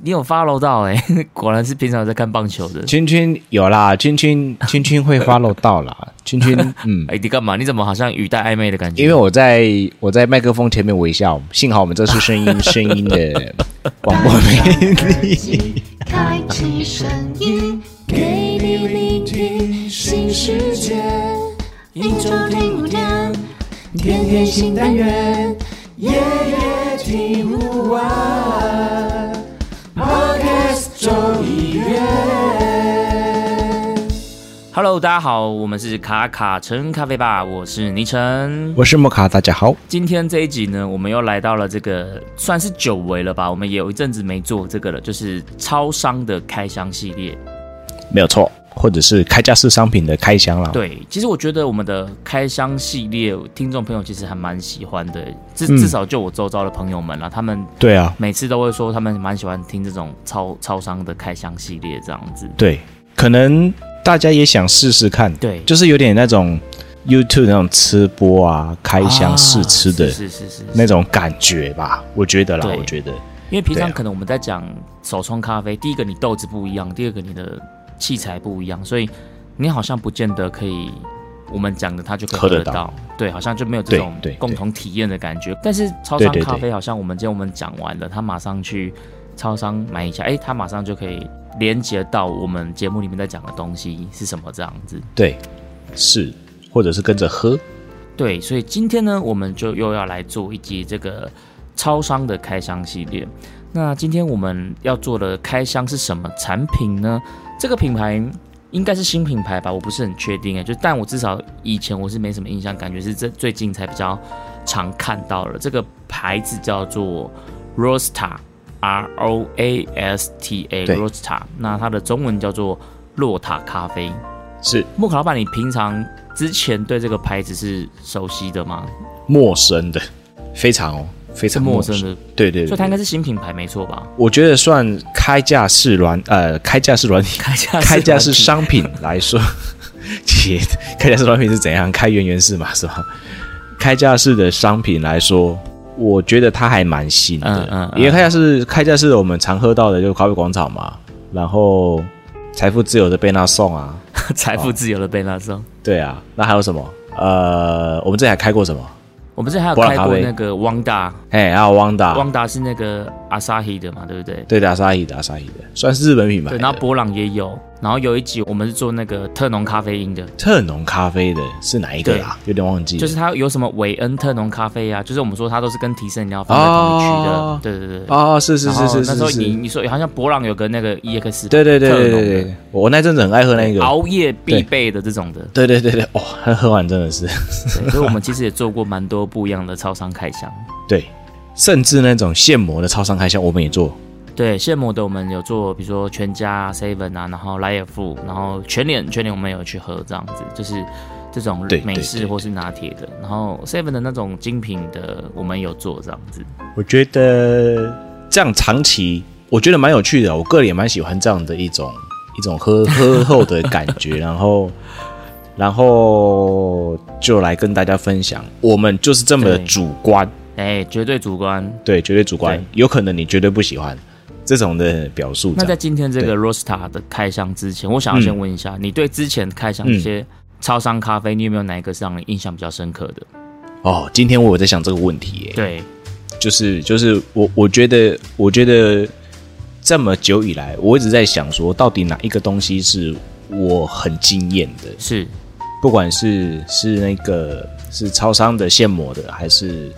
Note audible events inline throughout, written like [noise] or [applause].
你有 follow 到哎、欸， [laughs] 果然是平常有在看棒球的。君君有啦，君君君君会 follow 到啦， [laughs] 君君嗯，哎、你干嘛？你怎么好像语带暧昧的感觉？因为我在我在麦克风前面微笑，幸好我们这是声音声 [laughs] 音的广播媒体。开启声音，给你聆听新世界。一周听五天，天天新单元，夜夜听不完。Podcast 众议院。 Hello，大家好，我们是卡卡城咖啡吧，我是倪晨。我是莫卡，大家好。今天这一集呢，我们又来到了这个算是久违了吧，我们也有一阵子没做这个了，就是超商的开箱系列。没有错，或者是开架式商品的开箱啦。，对，其实我觉得我们的开箱系列，听众朋友其实还蛮喜欢的，至嗯至少就我周遭的朋友们啦，他们对啊，每次都会说他们蛮喜欢听这种超超商的开箱系列这样子。对，可能大家也想试试看，对，就是有点那种 YouTube 那种吃播啊，开箱啊试吃的是是是是那种感觉吧，我觉得啦，对我觉得因为平对常啊可能我们在讲手冲咖啡，第一个你豆子不一样，第二个你的器材不一样，所以你好像不见得可以我们讲的它就可以喝喝得得到到，对，好像就没有这种对对对共同体验的感觉。但是超商对对对咖啡好像我们今天我们讲完了，他马上去超商买一下，哎，他马上就可以连接到我们节目里面在讲的东西是什么这样子。对，是，或者是跟着喝，对，所以今天呢，我们就又要来做一集这个超商的开箱系列。那今天我们要做的开箱是什么产品呢？这个品牌应该是新品牌吧，我不是很确定哎，就但我至少以前我是没什么印象，感觉是这最近才比较常看到了。这个牌子叫做 Rosta。R O A S T A 对 Rosta，那它的中文叫做洛塔咖啡。是木可老板，你平常之前对这个牌子是熟悉的吗？陌生的，非常哦，非是常陌生生的，对对所对以它应该是新品牌没错吧？我觉得算开价式软呃开价式软 [laughs] 体，开价 [laughs] 开价是式商品来说， [laughs] 切开价式商品是怎样？开源源是嘛是吧？开价式的商品来说，我觉得它还蛮新的，嗯嗯嗯因为开价式开价式的我们常喝到的就是咖啡广场嘛，然后财富自由的贝纳颂啊，财富自由的贝纳颂。对啊，那还有什么？呃，我们这里还开过什么？我们之前还有波开浪咖过啡那个汪达，哎，还有旺达，汪达是那个阿萨希的嘛，对不对？对的，阿萨伊的阿萨伊的，算是日本品牌对，的，然后博朗也有，然后有一集我们是做那个特浓咖啡因的，特浓咖啡的是哪一个啦？有点忘记了，啊就是它有什么韦恩特浓咖啡啊，就是我们说它都是跟提神饮料放在同一区的哦，对对对。哦，是是然后是是那时候是你是，你说好像博朗有个那个 EX，对对对特对浓对的对，对我那阵子很爱喝那个，熬夜必备的这种的。对对对对，哦，他喝完真的是，对，所以我们其实也做过蛮多不一样的超商开箱。对，甚至那种现磨的超商开箱我们也做，对，现磨的我们有做，比如说全家啊、seven 啊，然后莱尔富，然后全脸全脸我们有去喝，这样子就是这种对美对式对或是拿铁的，然后 seven 的那种精品的我们有做这样子。我觉得这样长期我觉得蛮有趣的，我个人也蛮喜欢这样的一种一种喝喝后的感觉， [laughs] 然后。然后就来跟大家分享，我们就是这么的对主观，哎，绝对主观。对，绝对主观对，有可能你绝对不喜欢这种的表述。那这在样嗯今天这个 Rosta 的开箱之前，我想要先问一下，你对之前开箱这些超商咖啡，你有没有哪一个是让你印象比较深刻的？哦，今天我有在想这个问题耶，对，就是就是我我觉得我觉得这么久以来，我一直在想说，到底哪一个东西是我很惊艳的，是不管是是那个是超商的现磨的，还是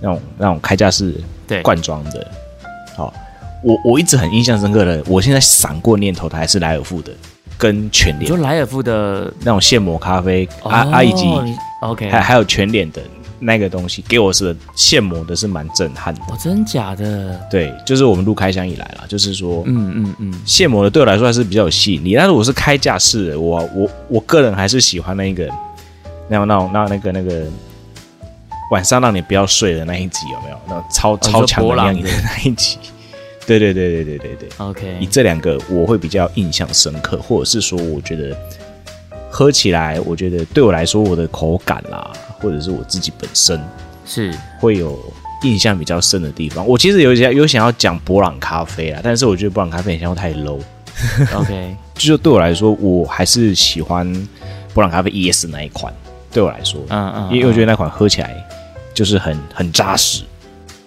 那种那种开架式对，罐装的，好、我我一直很印象深刻的，我现在闪过念头的还是莱尔富的跟全你脸说莱尔富的那种现磨咖啡，哦哎啊啊以及你 OK，还还有全脸的那个东西，给我是现磨的是蛮震撼的。哦，真假的？对，就是我们录开箱以来啦，就是说、嗯嗯嗯，现磨的对我来说还是比较有吸引力。但是我是开架式的，我我我个人还是喜欢那个那那那那个那个晚上让你不要睡的那一集有没有？那种超哦说超强波能浪量饮的的那一集。对对对对对对对，以 OK，这两个我会比较印象深刻，或者是说我觉得喝起来，我啊觉得对我来说我的口感啦，或者是我自己本身是会有印象比较深的地方。我其实有想有想要讲博朗咖啡啦，但是我觉得博朗咖啡很像太 low， OK， [laughs] 就对我来说，我还是喜欢博朗咖啡 ES 那一款。对我来说，嗯嗯，因为我觉得得那款喝起来就是很很扎实，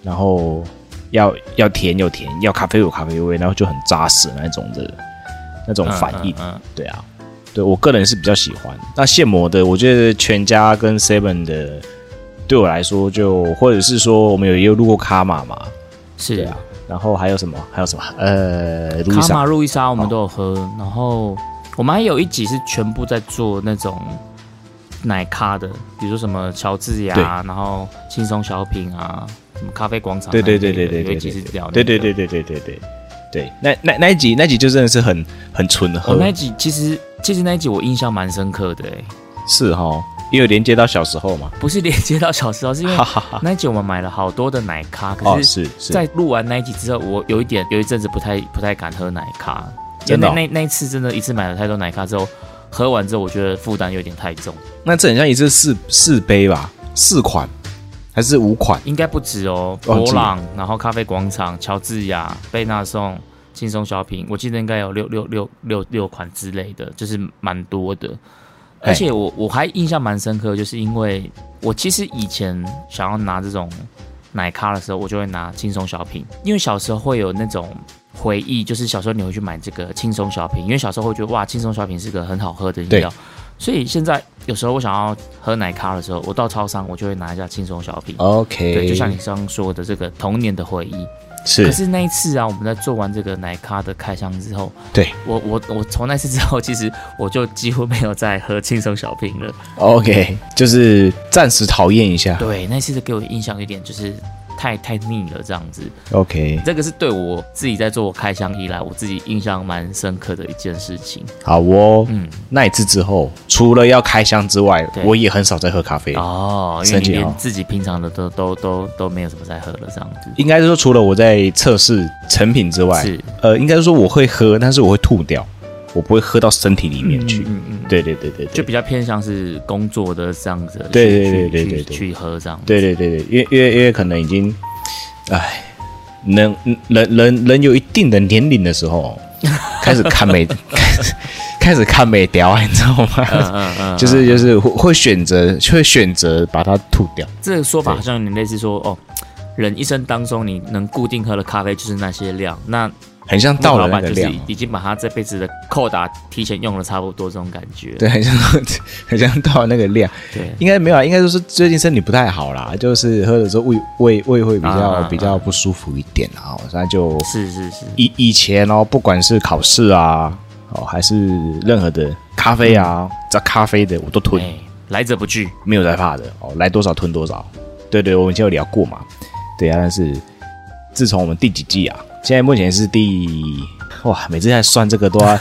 然后要要甜有甜，要咖啡有咖啡味，然后就很扎实那种的那种反应。嗯对啊，对我个人是比较喜欢。那现磨的，我觉得全家跟 Seven 的，对我来说就或者是说我们有也有路过卡玛嘛，对是啊。然后还有什么？还有什么？呃，路易卡莎玛路易莎我们都有喝，然后我们还有一集是全部在做那种奶咖的，比如说什么乔治对呀，然后轻松小品啊，什么咖啡广场啊那对一类对的，对对对有对一集对是聊那个对对对对对对对对，那那那一集那一集就真的是很很纯我喝，哦那一集其实其实那一集我印象蛮深刻的、欸，是哈，因为连接到小时候嘛，不是连接到小时候，是因为哈哈哈。那一集我们买了好多的奶咖，哦，可是，是是，在录完那一集之后，我有一点有一阵子不太不太敢喝奶咖，真的哦因为那那那一次真的一次买了太多奶咖之后，喝完之后我觉得负担有点太重，那这很像一次四四杯吧，四款还是五款？应该不止哦。哦博朗，然后咖啡广场、乔治亚、贝纳颂、轻松小品，我记得应该有六六六六六款之类的，就是蛮多的。而且我我还印象蛮深刻，就是因为我其实以前想要拿这种奶咖的时候，我就会拿轻松小品，因为小时候会有那种回忆，就是小时候你会去买这个轻松小品，因为小时候会觉得哇，轻松小品是个很好喝的饮料，所以现在有时候我想要喝奶咖的时候，我到超商我就会拿一下轻松小品。 OK，对，就像你刚刚说的，这个童年的回忆。可是是那一次啊，我们在做完这个奶咖的开箱之后，对我我我从那次之后， [laughs] 其实我就几乎没有再喝轻松小瓶了。 OK，就是暂时讨厌一下对，那次的给我的印象有点就是太太腻了这样子。 OK。这个是对我自己在做开箱以来，我自己印象蛮深刻的一件事情。好哦，嗯，那一次之后，除了要开箱之外，对我也很少在喝咖啡。哦，因为神你奇哦连自己平常的都都都都没有什么在喝了这样子。应该是说，除了我在测试成品之外，是，呃，应该是说我会喝，但是我会吐掉，我不会喝到身体里面去。嗯嗯，对对对对就对，比较偏向是工作的这样子的去，对对对对去对去对去喝这样子。对对对对，因为因为因为可能已经，唉，能人人人有一定的年龄的时 [laughs] 候，开始看美，开始开始看美雕，你知道吗？嗯嗯嗯，就是就是会会选择会选择把它吐掉。这个说法对好像有点类似说，哦，人一生当中你能固定喝的咖啡就是那些量，那很像那到个了老那板个就是量，已经把他这辈子的扣打提前用了差不多这种感觉。对，很像 [laughs] 很像到了那个量，对应该没有啊，应该就是最近身体不太好啦，就是喝的时候胃胃胃会比较、啊啊啊比较不舒服一点啊，那就是是是，以以前哦，不管是考试啊，哦还是任何的咖啡啊，只要咖啡的我都吞，哎，来者不拒，没有在怕的哦，来多少吞多少。对对，我们以前有聊过嘛，对啊，但是自从我们第几季啊，现在目前是第哇，每次在算这个都要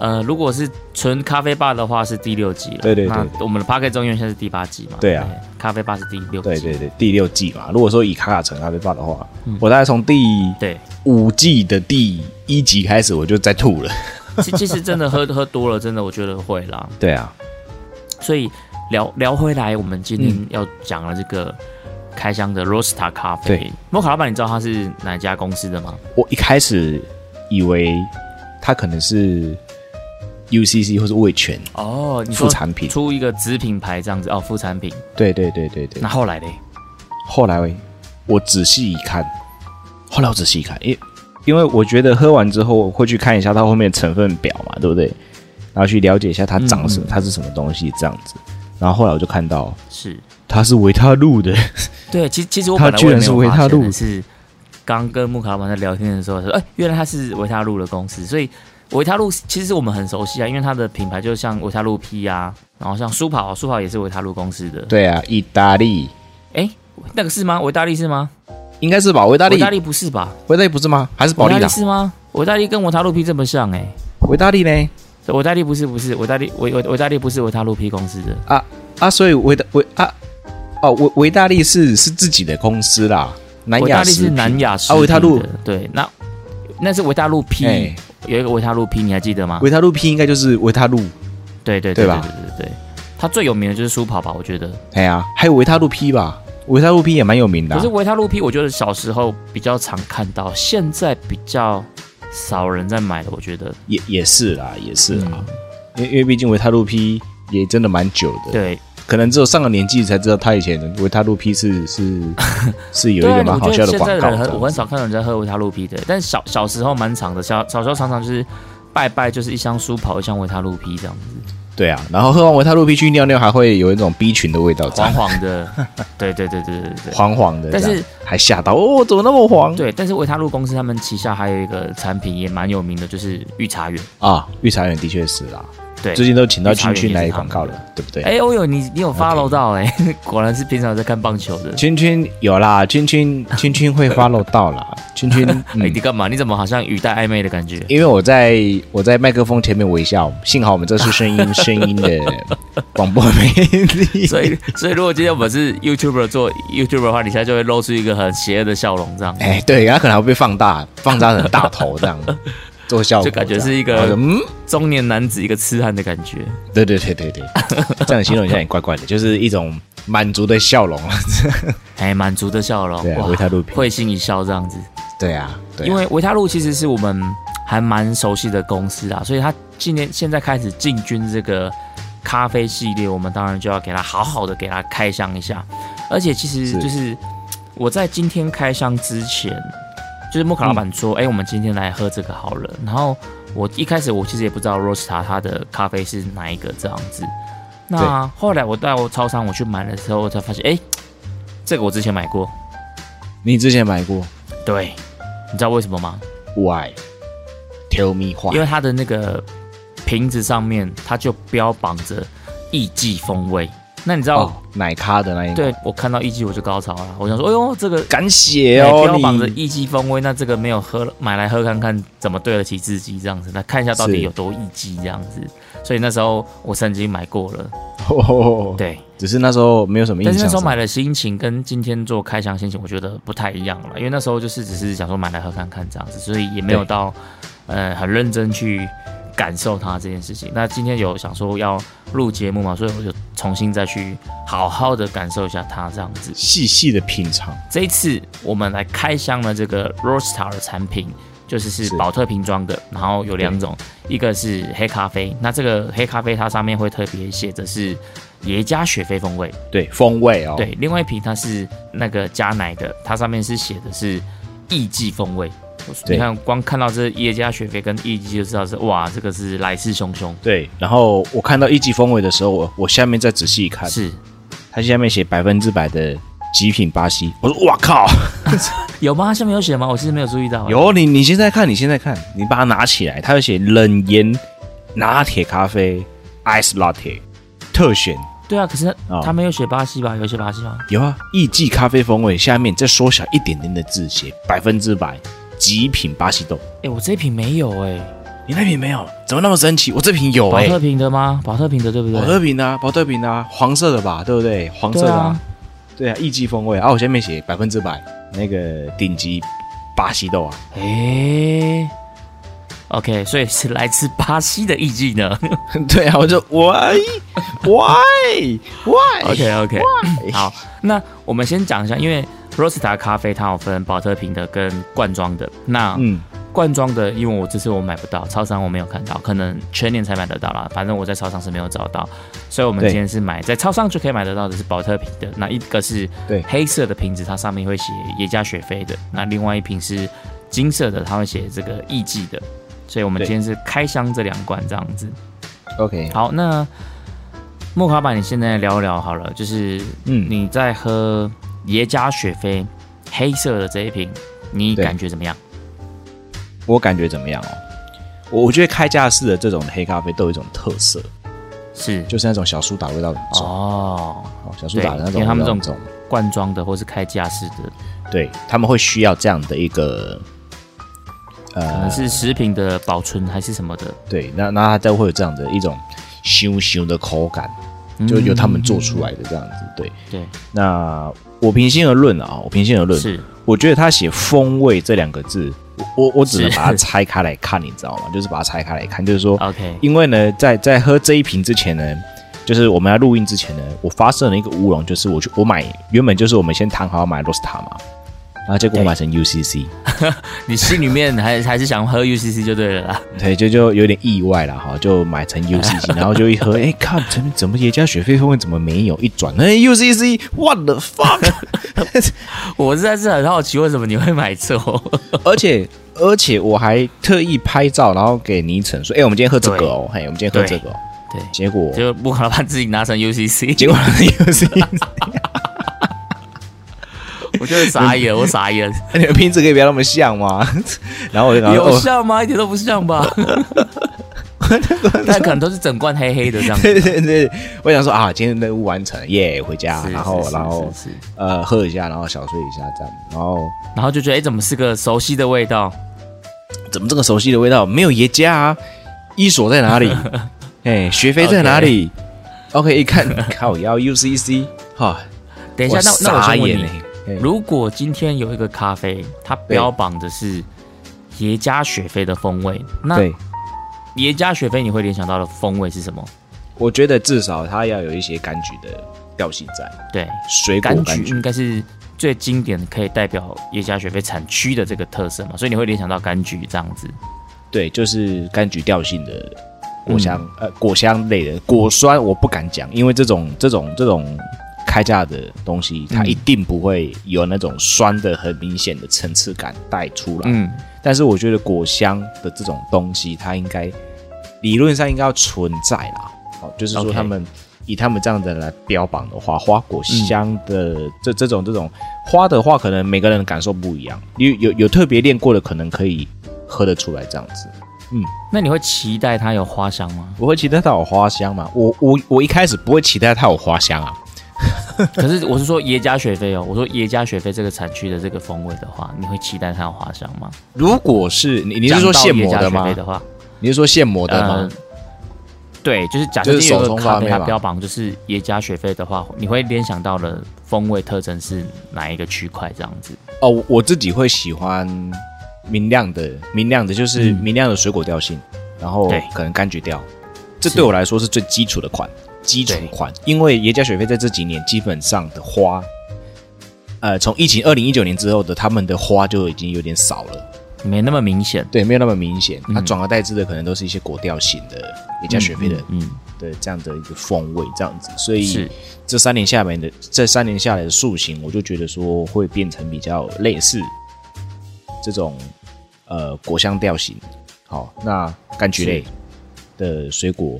呃，如果是纯咖啡吧的话是第六集了，对对对那对我们的 p a r k 中院现在是第八集嘛？对啊，咖啡吧是第六集，对对对，第六季嘛。如果说以卡卡城咖啡吧的话，我大概从第对五季的第一集开始，我就在吐了。其其实真的喝喝多了，真的我觉得会啦。对啊，所以聊聊回来，我们今天要讲的这个开箱的 Rosta 咖啡对，摩卡老板，你知道他是哪家公司的吗？我一开始以为它可能是 UCC 或是味全哦，你副说产品。出一个子品牌这样子哦，副产品。对对对对对那。后来嘞？后来我仔细一看，后来我仔细一看，因因为我觉得喝完之后会去看一下它后面的成分表嘛，对不对？然后去了解一下它长什么，它是什么东西这样子。然后后来我就看到是它是维他露 [laughs] 的，对，其其实我他本来居我也然没是有维发他现露的是，刚跟木卡老板在聊天的时候说，哎、原来他是维他露的公司，所以维他露其实我们很熟悉啊，因为它的品牌就像维他露 P 啊，然后像舒跑，舒跑也是维他露公司的。对啊，意大利哎，那个是吗？维大利是吗？应该是吧？维大利维大利不是吧？维大利不是吗？还是保维利大利达？是吗？维大利跟维他露 P 这么像哎、维大利呢？维大利不是不是维大利维维维大利不是维他露 P 公司的，啊，所以维大维啊哦维维大利是是自己的公司啦，南维亚大利食是品南亚食啊维品他露的对，那那是维他露 P，、啊哎有一个维他露 P 你还记得吗？维他露 P 应该就是维他露，对对对对吧对对对对，它最有名的就是舒跑吧，我觉得哎呀、还有维他露 P 吧？维他露 P 也蛮有名的、可啊是，维他露 P，我觉得小时候比较常看到，现在比较少人在买了。我觉得，也也是啦，也是啦，因为因为毕竟维他露 P 也真的蛮久嗯的，，对，可能只有上了年纪才知道他以前维他露 P [laughs] 是是是有对一啊，个蛮好我觉笑得现的广在告人这很，我样很子。少看到人在喝维他露 P 的，但小小时候蛮常的，小小时候常常就是拜拜，就是一箱书跑一箱维他露 P 这样子，对啊，然后喝完维他露 P 去尿尿，还会有一种 B 群的味道在黄，黄 [laughs] 的，对对对对对对对。黄黄的这但样，是还吓到哦，怎么那么黄？对，但是维他露公司他们旗下还有一个产品也蛮有名的，就是御茶园。啊，御茶园的确是啦，对，最近都请到御茶君园君也是来他广们告的了，对不对？哎、我有你，你有 follow 到哎、 [laughs] 果然是平常有在看棒球的。君君有啦，[laughs] 君君君君会 follow 到啦，君君，哎、嗯你干嘛？你怎么好像语带暧昧的感觉？因为我在我在麦克风前面微笑，幸好我们这是声音声音 [laughs] 的广播媒体，所以，所以如果今天我们是 YouTuber 做 YouTuber 的话，你现在就会露出一个很邪恶的笑容，这样，哎，对，然后可能还会被放大，放大成大 [laughs] 头这样做效果就这样，感觉是一个然后就嗯，中年男子一个痴汉的感觉。对对对对 [laughs] 对，这样形容一下也怪怪的，就是一种满足的笑容，啊哎，满足的笑容，对啊哇维他露 P 会心一笑这样子。对啊，对啊，因为维他露其实是我们还蛮熟悉的公司啊，所以它今年现在开始进军这个咖啡系列，我们当然就要给它好好的给它开箱一下。而且其实是就是我在今天开箱之前，就是莫卡老板嗯说：“哎、我们今天来喝这个好了。”然后我一开始我其实也不知道 Rosta 它的咖啡是哪一个这样子。那后来我到超商我去买的时候，我才发现，哎、这个我之前买过。你之前买过对，你知道为什么吗？ Why Tell me 因 why？为它的那个瓶子上面它就标榜着艺妓风味。那你知道，哦，奶咖的那一个，对我看到艺妓我就高潮了，我想说，哎呦，这个敢写哎哦，标榜着你艺妓风味，那这个没有喝买来喝看看怎么对得起自己这样子，那看一下到是底有多艺妓这样子。所以那时候我曾经买过了， [laughs] 哦，对，只是那时候没有什么印但象。是那时候买的心情跟今天做开箱心情，我觉得不太一样了，因为那时候就是只是想说买来喝看看这样子，所以也没有对到呃很认真去感受它这件事情。那今天有想说要录节目嘛，所以我就重新再去好好的感受一下它这样子。细细的品尝，这一次我们来开箱了这个 Rosta 的产品，就是是是保特瓶装的，然后有两种，一个是黑咖啡，那这个黑咖啡它上面会特别写着是耶加雪菲风味。对风味哦，对，另外一瓶它是那个加奶的，它上面是写的是艺妓风味。你对看，光看到这耶加雪菲跟艺妓就知道是哇，这个是来势汹汹。对然后我看到一级风味的时候，我我下面再仔细一看，是它下面写百分之百的极品巴西，我说哇靠，有吗？它下面有写吗？我其实没有注意到。，有你你现在看，你现在看，你把它拿起来，它有写冷盐拿铁咖啡 ice latte 特选，对啊，可是哦它没有写巴西吧？有写巴西吗？有啊，意记咖啡风味，下面再缩小一点点的字写百分之百极品巴西豆，哎、我这一瓶没有哎、你那瓶没有，怎么那么神奇？我这瓶有保哎、特瓶的吗？保特瓶的对不对？保特瓶的、啊，保特瓶的、啊，黄色的吧，对不对？黄色对的、啊，对啊，意记风味啊，我下面写百分之百那个顶级巴西豆啊， [laughs] 哎、OK，所以是来自巴西的艺妓呢。对啊，我就 [laughs] why why [laughs] why OK OK，好，嗯那我们先讲一下，因为 Rosta 咖啡它有分保特瓶的跟罐装的。那嗯，罐装的，因为我这次我买不到，超商我没有看到，可能全年才买得到啦。反正我在超商是没有找到，所以我们对今天是买在超商就可以买得到的是保特瓶的，那一个是对黑色的瓶子，它上面会写耶加雪菲的，那另外一瓶是金色的，它会写这个艺妓的。所以我们对今天是开箱这两罐这样子。 OK，好，那莫卡板，你现在聊聊好了，就是嗯你在喝耶加雪菲黑色的这一瓶，你对感觉怎么样？我感觉怎么样哦？我我觉得开架式的这种黑咖啡都有一种特色，是就是那种小苏打味道很重，哦，哦、小苏打的那对因种为他们味道这很种重，罐装的或是开架式的，对他们会需要这样的一个可能是食品的保存还是什么的，对，那那它都会有这样的一种咻咻的口感，就嗯由他们做出来的这样子，对。对，那我平心而论啊，我平心而论，是我觉得他写“风味”这两个字，我我我只能是把它拆开 [laughs] 来看，你知道吗？就是把它拆开来看，就是说， OK，因为呢，在在喝这一瓶之前呢，就是我们要录音之前呢，我发生了一个乌龙，就是我去我买原本就是我们先谈好要买 Rosta 嘛，然后结果我买成 UCC，你心里面还还是想喝 UCC 就对了啦。对，就就有点意外了哈，就买成 [laughs] UCC，然后就一喝，哎，看怎么怎么耶加雪菲风味怎么没有？一转，哎，UCC，what the fuck！ [laughs] 我实在是很好奇，为什么你会买错？ [laughs] 而且而且我还特意拍照，然后给倪晨说，哎，我们今天喝这个哦，嘿，我们今天喝这个、哦，对，结果结果不可能把自己拿成 UCC，结果 [laughs] UCC，我就是傻眼，我傻眼，那你们名字可以不要那么像吗？ [laughs] 然后我就哦然后有像吗？一点都不像吧。但可能都是整罐黑黑的这样子。 [laughs] [laughs] 对对对，我想说啊，今天任务完成，耶、回家，是啊然后是是然后是是呃喝一下，然后小睡一下这样，然后然后就觉得，哎、怎么是个熟悉的味道？怎么这个熟悉的味道没有爷家啊？伊索在哪里？ [laughs] 哎，学飞在哪里？OK，一看 [laughs] 靠腰 UCC 哈，等一下，那那我傻先问眼你，哎如果今天有一个咖啡，它标榜的是耶加雪菲的风味，那对，耶加雪菲你会联想到的风味是什么？我觉得至少它要有一些柑橘的调性在，对，水果柑柑橘橘应该是最经典可以代表耶加雪菲产区的这个特色嘛，所以你会联想到柑橘这样子。对，就是柑橘调性的果香，嗯呃，果香类的果酸，我不敢讲，因为这种这种这种开价的东西，它嗯一定不会有那种酸的很明显的层次感带出来。嗯，但是我觉得果香的这种东西，它应该理论上应该要存在啦。哦，就是说 OK 他们以他们这样的来标榜的话，花果香的、这这种这种花的话，可能每个人的感受不一样。有有有特别练过的，可能可以喝得出来这样子。那你会期待它有花香吗？我会期待它有花香嘛？我我我一开始不会期待它有花香啊。 [laughs] 可是我是说耶加雪菲哦，我说耶加雪菲这个产区的这个风味的话，你会期待它有花香吗？如果是你你你是说现磨的的吗？的话，你是说现磨的吗？呃，对，就是假就设今是天有手个冲咖咖啡啡它嘛标榜就是耶加雪菲的话，你会联想到的风味特征是哪一个区块？这样子，哦，我我自己会喜欢明亮的，明亮的就是嗯明亮的水果调性，然后对可能柑橘调，这是对我来说是最基础的款，基础对款。因为耶加雪菲在这几年基本上的花，呃，从疫情二零一九年之后的他们的花就已经有点少了，没那么明显。对，没有那么明显。嗯它转而代之的可能都是一些果调型的耶加雪菲的、嗯，嗯的这样的一个风味，这样子，所嗯以是这三年下来的这三年下来的塑形，我就觉得说会变成比较类似这种呃果香调型。好，那柑橘类的水果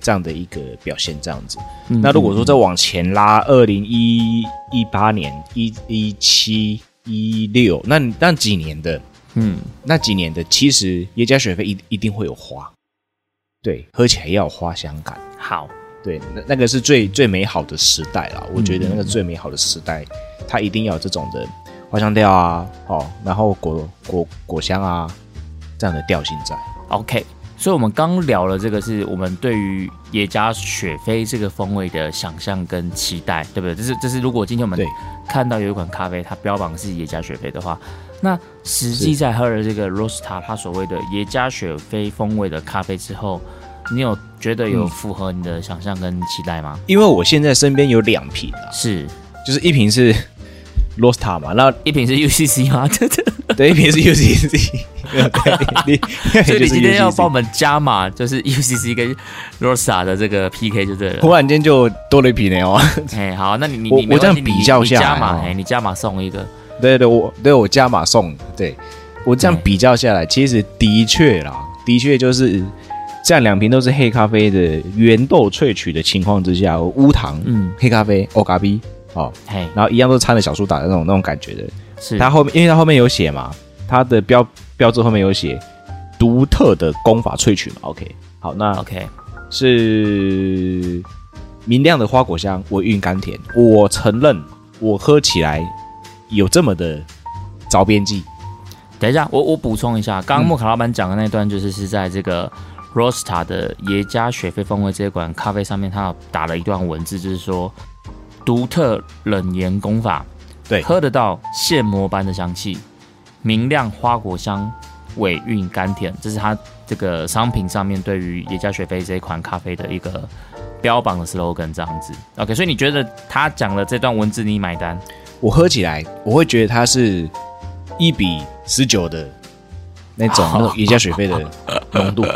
这样的一个表现，这样子。嗯那如果说再往前拉，二零一一八年、一一七、一六，那那几年的嗯，那几年的，其实耶加雪菲一一定会有花，对，喝起来要有花香感。好，对，那那个是最最美好的时代啦。我觉得嗯那个最美好的时代，它一定要有这种的花香调啊，哦，然后果果果香啊这样的调性在。 OK，所以我们刚聊了这个是我们对于野加雪菲这个风味的想象跟期待，对不对？这是这是如果今天我们对看到有一款咖啡，它标榜是野加雪菲的话，那实际是在喝了这个 Rosta 它所谓的野加雪菲风味的咖啡之后，你有觉得有嗯符合你的想象跟期待吗？因为我现在身边有两瓶啊，是就是一瓶是 Losta 嘛，那一瓶是 UCC 吗？ [laughs] 对对，对，一瓶 [laughs] 是 UCC，对，你所以你就是今天要 UCC 帮我。们加码，就是 UCC 跟 Rosta 的这个 PK 就对了。忽然间就多了一瓶了哦，哎，好，那你你我你没我这样关系你比较你下加来码，哦哎，你加码送一个，对对，我对我加码送，对我这样对比较下来，其实的确啦，的确就是这样两瓶都是黑咖啡的原豆萃取的情况之下，乌糖、嗯，黑咖啡、欧咖啡，哦，嘿，然后一样都是掺了小苏打的那种那种感觉的。是，它后面因为它后面有写嘛，它的标标志后面有写独特的功法萃取嘛，OK，好，那 OK，是明亮的花果香，微韵甘甜。我承认，我喝起来有这么的着边际。等一下，我我补充一下，刚刚嗯莫卡老板讲的那段就是是在这个 Rosta 的耶加雪菲风味这一款咖啡上面，他有打了一段文字，就是说独特冷研功法，对喝得到现磨般的香气，明亮花果香，尾韵甘甜，这是他这个商品上面对于耶加雪菲这一款咖啡的一个标榜的 slogan 这样子。OK，所以你觉得他讲的这段文字你买单？我喝起来，我会觉得它是一比十九的那种那种盐加水费的浓度。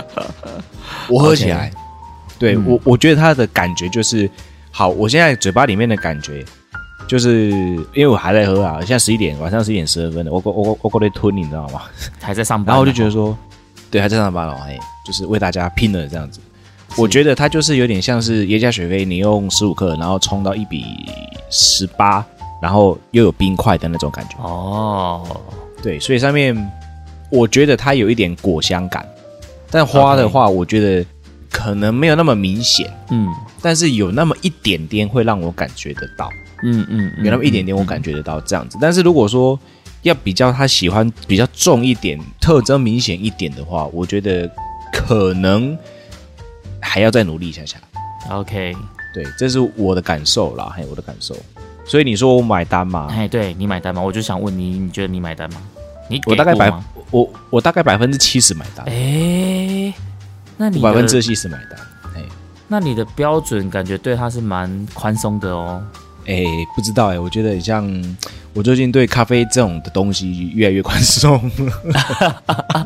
我喝起来对、我，我觉得它的感觉就是好。我现在嘴巴里面的感觉，就是因为我还在喝啊，现在十一点，晚上十一点十二分了，我我我我过来吞，你知道吗？还在上班，然后我就觉得说，对，还在上班了，哎，就是为大家拼了这样子。我觉得它就是有点像是耶加雪菲，你用十五克，然后冲到一比十八，然后又有冰块的那种感觉。哦，对，所以上面我觉得它有一点果香感，但花的话，我觉得可能没有那么明显，嗯但是有那么一点点会让我感觉得到，嗯嗯，嗯有那么一点点我感觉得到这样子。但是如果说要比较他喜欢比较重一点、特征明显一点的话，我觉得可能还要再努力一下下。 OK，对，这是我的感受啦，还有我的感受。所以你说我买单吗？哎，对你买单吗？我就想问你，你觉得你买单吗？你给我大概过百吗？我我大概百分之七十买单，哎，那你百分的之七十买单。哎那你的标准感觉对他是蛮宽松的 [laughs] 哦。哎、不知道哎、我觉得很像我最近对咖啡这种的东西越来越 [laughs] 宽松。 [laughs]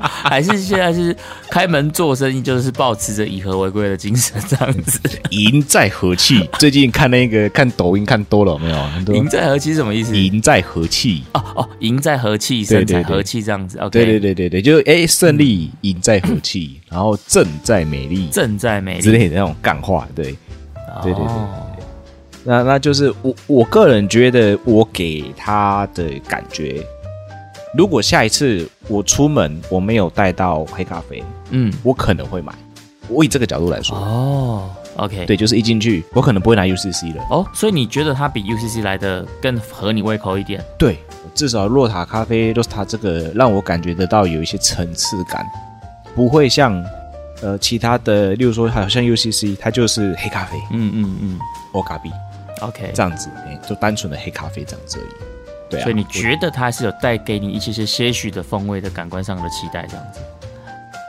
还是现在是开门做生意，就是保持着以和为贵的精神这样子。 [laughs] 赢在和气。最近看那个看抖音看多了有没有？很多赢在和气是什么意思？赢在和气。哦哦，赢在和气，对胜对在对和气这样子。OK，对对对对对，就是哎，胜利赢在和气，然后正在美丽正在美丽之类的那种干话。对，对对对哦那那就是我我个人觉得我给他的感觉，如果下一次我出门我没有带到黑咖啡，嗯，我可能会买。我以这个角度来说，哦，OK，对，就是一进去我可能不会拿 UCC 了。哦，所以你觉得它比 UCC 来的更合你胃口一点？对，至少洛塔咖啡、洛塔这个让我感觉得到有一些层次感，不会像呃其他的，例如说好像 UCC，它就是黑咖啡、嗯嗯嗯欧咖啡，OK，这样子，哎、就单纯的黑咖啡这样子而已。对啊，所以你我觉得它还是有带给你一些些些许的风味的感官上的期待这样子？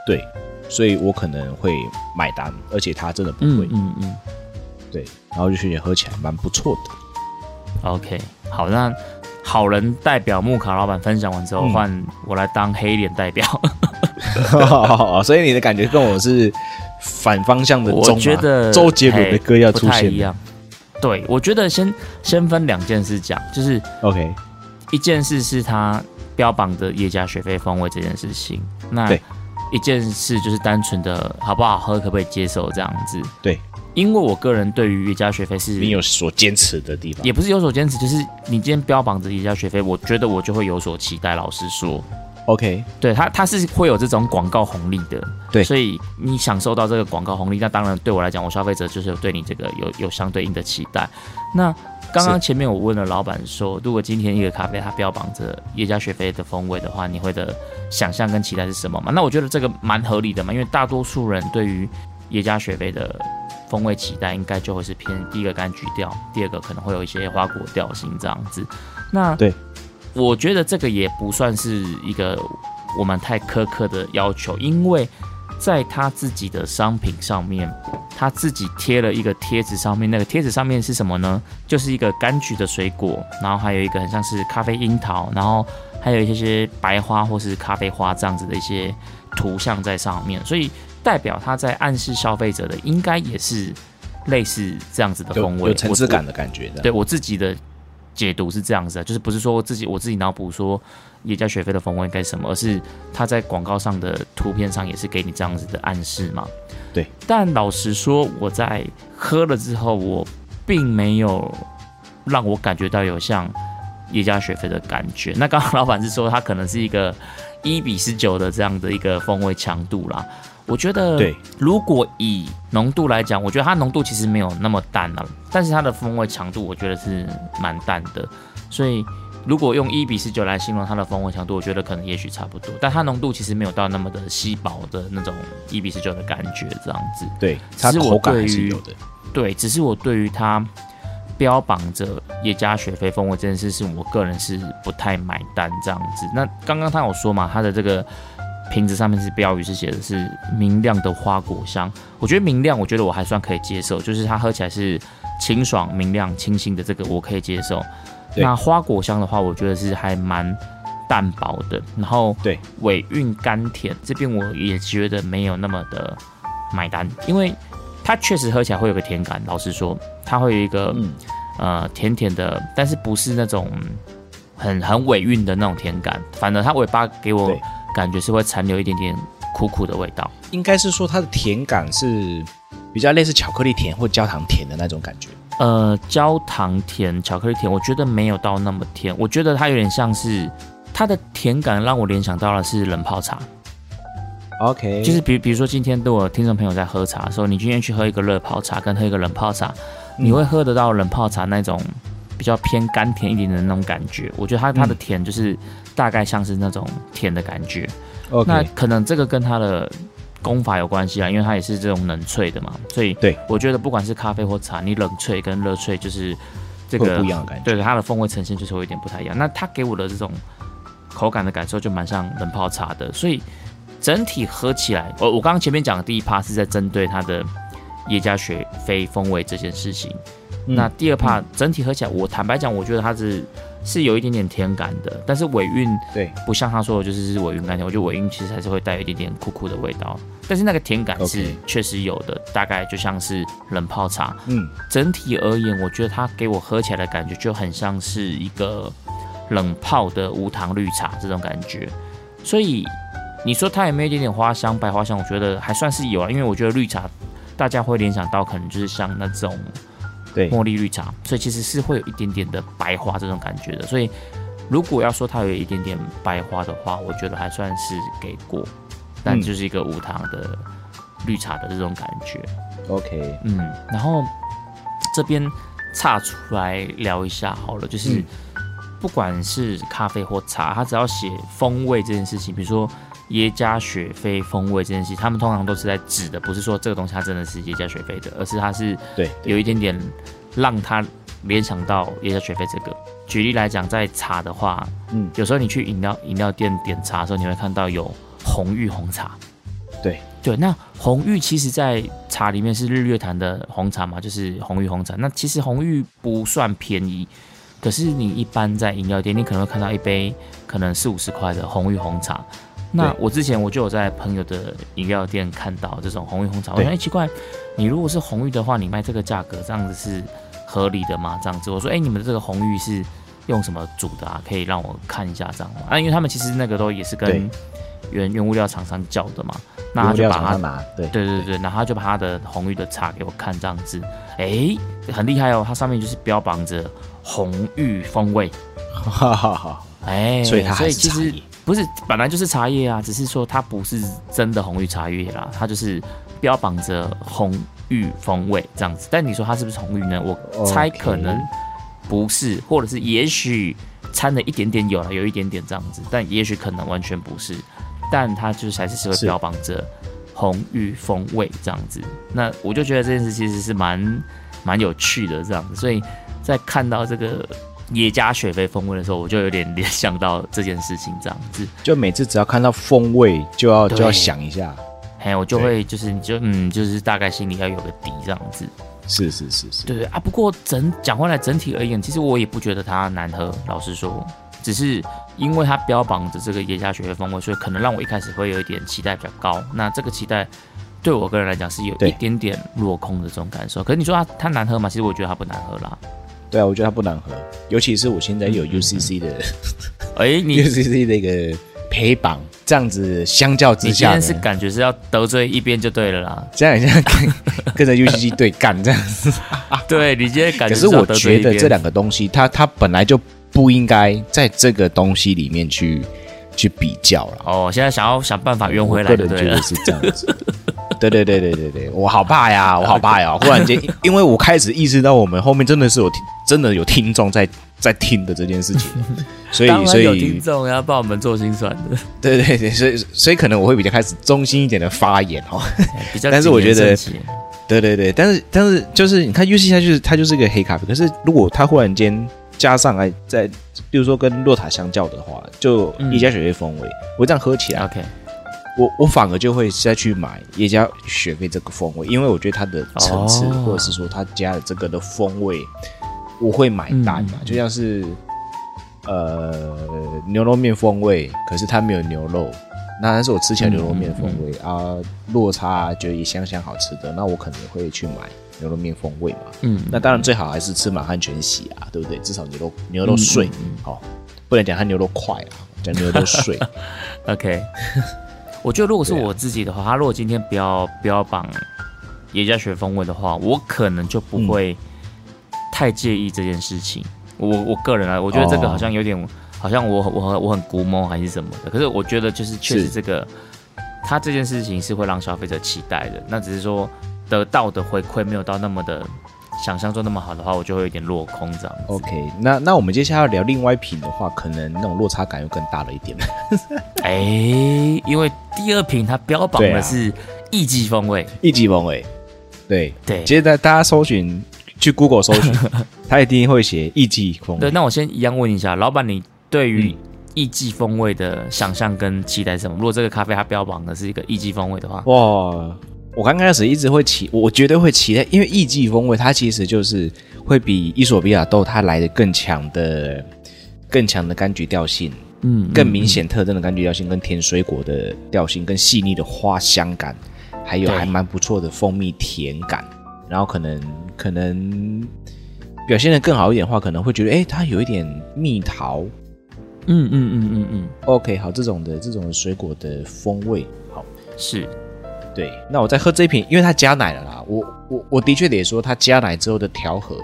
对，所以我可能会买单，而且它真的不嗯贵，嗯嗯对，然后就觉得喝起来蛮不错的。 ，OK，好，那好人代表木卡老板分享完之后，嗯换我来当黑脸代表。所以你的感 [laughs] 觉跟我是反方向 [laughs] 的我中、啊，觉得周杰伦的歌要哎出不太现一了样。对，我觉得先先分两件事讲，就是，OK，一件事是他标榜的叶家学费风味这件事情，那对一件事就是单纯的好不好喝，可不可以接受这样子。对因为我个人对于叶家学费是你有所坚持的地方也不是有所坚持，就是你今天标榜着叶家学费，我觉得我就会有所期待。老实说， ，OK，对它它是会有这种广告红利的，对所以你享受到这个广告红利，那当然对我来讲，我消费者就是有对你这个有有相对应的期待。那刚刚前面我问了老板说，如果今天一个咖啡它标榜着叶加雪菲的风味的话，你会的想象跟期待是什么嘛？那我觉得这个蛮合理的嘛，因为大多数人对于叶加雪菲的风味期待，应该就会是偏第一个柑橘调，第二个可能会有一些花果调性这样子。那对，我觉得这个也不算是一个我们太苛刻的要求，因为在他自己的商品上面，他自己贴了一个贴纸，上面那个贴纸上面是什么呢？就是一个柑橘的水果，然后还有一个很像是咖啡樱桃，然后还有一些些白花或是咖啡花这样子的一些图像在上面，所以代表他在暗示消费者的应该也是类似这样子的有风味，有层次我感的感觉的。对我自己的解读是这样子啊的，就是不是说我自己我自己脑补说也加学费的风味该什么，而是他在广告上的图片上也是给你这样子的暗示嘛。对，但老实说，我在喝了之后，我并没有让我感觉到有像耶加雪菲的感觉。那刚刚老板是说它可能是一个一比十九的这样的一个风味强度啦。我觉得，对，如果以浓度来讲，我觉得它浓度其实没有那么淡了、但是它的风味强度我觉得是蛮淡的。所以如果用一比十九来形容它的风味强度，我觉得可能也许差不多，但它浓度其实没有到那么的稀薄的那种一比十九的感觉这样子。对，只它是我口感对还是于有的。对，只是我对于它标榜着叶加雪菲风味这件事，是我个人是不太买单这样子。那刚刚他有说嘛，他的这个瓶子上面是标语是写的是明亮的花果香。我觉得明亮，我觉得我还算可以接受，就是它喝起来是清爽、明亮、清新的这个我可以接受。对那花果香的话，我觉得是还蛮淡薄的，然后对尾韵甘甜这边我也觉得没有那么的买单，因为它确实喝起来会有个甜感。老实说，它会有一个、嗯呃甜甜的，但是不是那种很很尾韵的那种甜感，反而它尾巴给我对感觉是会残留一点点苦苦的味道。应该是说它的甜感是比较类似巧克力甜或焦糖甜的那种感觉。呃，焦糖甜、巧克力甜，我觉得没有到那么甜，我觉得它有点像是它的甜感让我联想到的是冷泡茶， OK，就是比比如说今天如果听众朋友在喝茶的时候，你今天去喝一个热泡茶跟喝一个冷泡茶，你会喝得到冷泡茶那种比较偏甘甜一点的那种感觉。我觉得它它的甜就是大概像是那种甜的感觉。那 OK，可能这个跟它的功法有关系啊，因为它也是这种冷萃的嘛，所以对我觉得不管是咖啡或茶，你冷萃跟热萃就是这会有个不一样的感觉。对它的风味呈现就是会有点不太一样。那它给我的这种口感的感受就蛮像冷泡茶的，所以整体喝起来，哦我我刚刚前面讲的第一趴是在针对它的耶加雪菲风味这件事情。嗯那第二趴整体喝起来，我坦白讲，我觉得它是是有一点点甜感的，但是尾韵对不像他说的就是尾韵甘甜，我觉得尾韵其实还是会带有一点点苦苦的味道，但是那个甜感是 OK 确实有的，大概就像是冷泡茶。嗯，整体而言，我觉得它给我喝起来的感觉就很像是一个冷泡的无糖绿茶这种感觉，所以你说它有没有一点点花香、白花香？我觉得还算是有啊，因为我觉得绿茶大家会联想到可能就是像那种对茉莉绿茶，所以其实是会有一点点的白花这种感觉的。所以如果要说它有一点点白花的话，我觉得还算是给过，但嗯就是一个无糖的绿茶的这种感觉。 ，OK，嗯，然后这边岔出来聊一下好了，就是嗯不管是咖啡或茶，它只要写风味这件事情，比如说耶加雪菲风味这件事情，他们通常都是在指的，不是说这个东西它真的是耶加雪菲的，而是它是对对有一点点让他联想到耶加雪菲这个。举例来讲，在茶的话，嗯有时候你去饮料饮料店点茶的时候，你会看到有红玉红茶。对对，那红玉其实，在茶里面是日月潭的红茶嘛，就是红玉红茶。那其实红玉不算便宜，可是你一般在饮料店，你可能会看到一杯可能四五十块的红玉红茶。那对我之前我就有在朋友的饮料店看到这种红玉红茶，我对说哎奇怪，你如果是红玉的话，你卖这个价格这样子是合理的吗？这样子，我说哎、你们这个红玉是用什么煮的啊？可以让我看一下这样吗？啊，因为他们其实那个都也是对跟原原物料厂商叫的嘛，那原他物就料把厂它商拿，对对对对，然后他就把他的红玉的茶给我看这样子，哎，很厉害哦，它上面就是标榜着红玉风味，哈哈哈，哎，所以它还是其茶实叶。不是本来就是茶叶啊，只是说它不是真的红玉茶叶啦，它就是标榜着红玉风味这样子。但你说它是不是红玉呢？我猜 OK 可能不是，或者是也许掺了一点点有了，有一点点这样子，但也许可能完全不是。但它就是还是是会是标榜着红玉风味这样子。那我就觉得这件事其实是蛮蛮有趣的这样子，所以在看到这个野加雪菲风味的时候，我就有点联想到这件事情这样子。就每次只要看到风味，就要对就要想一下，嘿，我就对会就是你就嗯，就是大概心里要有个底这样子。是是是是，对对啊，不过整讲回来整体而言，其实我也不觉得它难喝，老实说，只是因为它标榜着这个野加雪菲风味，所以可能让我一开始会有一点期待比较高。那这个期待对我个人来讲是有对一点点落空的这种感受。可是你说它它难喝吗？其实我觉得它不难喝啦。对啊，我觉得它不难喝，尤其是我现在有嗯嗯嗯 UCC [laughs] 的哎、你 UCC 的一个陪榜，这样子相较你之今下天呢，是感觉是要得罪一边就对了啦。这样很像跟跟着 UCC 对干这样子。对你今天 [laughs] 感可觉是要我得罪觉一得边这两个东西，它它本来就不应该在这个东西里面去去比较了。哦，现在想要想办法圆回来我就个人对觉了得。是这样子。对对对对对对，我好怕呀，我好怕呀！忽然间，因为我开始意识到我们后面真的是有听，真的有听众在在听的这件事 [laughs] 情，所以当所然有听以众要帮我们做心酸的，对对对，所以所以可能我会比较开始中心一点的发言哦。哎比较但是我谨言觉得慎行对对对，但是但是就是你看 U C 它就是它就是一个黑咖啡，可是如果它忽然间加上来在，比如说跟洛塔相较的话，就嗯一加雪菲风味，我这样喝起来， OK，我我反而就会再去买叶家雪菲这个风味，因为我觉得它的层次、哦或者是说它加的这个的风味，我会买单嘛，嗯就像是呃牛肉面风味，可是它没有牛肉。那但是我吃嗯起来牛肉面风味、啊，落差觉得也香香好吃的，那我可能会去买牛肉面风味嘛。嗯，那当然最好还是吃满汉全席啊，对不对？至少牛肉牛嗯肉碎，好、不能讲它牛肉块啊，讲牛肉碎。 OK，我觉得如果是对啊我自己的话，他如果今天标标榜野家学风味的话，我可能就不嗯会太介意这件事情。我我个人啊，我觉得这个哦好像有点，好像我我我很古摸还是什么的。可是我觉得就是确实是这个，他这件事情是会让消费者期待的。那只是说得到的回馈没有到那么的想象中那么好的话，我就会有点落空这样子。 OK，那那我们接下来要聊另外一瓶的话，可能那种落差感又更大了一点。 [laughs] 哎、因为第二瓶它标榜对的啊是艺伎风味，一级风味，对，对，接着大家搜寻去 Google 搜寻，它一定会写一级风对，味。那我先一样问一下，老板，你对于嗯艺伎风味的想象跟期待是什么？如果这个咖啡它标榜的是一个艺伎风味的话，哇，我刚开始一直会期，我我绝对会期待，因为一级风味它其实就是会比伊索比亚豆它来的更强的、更强的柑橘调性。嗯更明显特征的柑橘调性，跟甜水果的调性，跟细腻的花香感，还有对还蛮不错的蜂蜜甜感。然后可能可能表现的更好一点的话，可能会觉得，哎，它有一点蜜桃。嗯嗯嗯嗯嗯 OK，好，这种的这种水果的风味，好，嗯，是对。那我在喝这一瓶，因为它加奶了啦，我我我的确得说，它加奶之后的调和，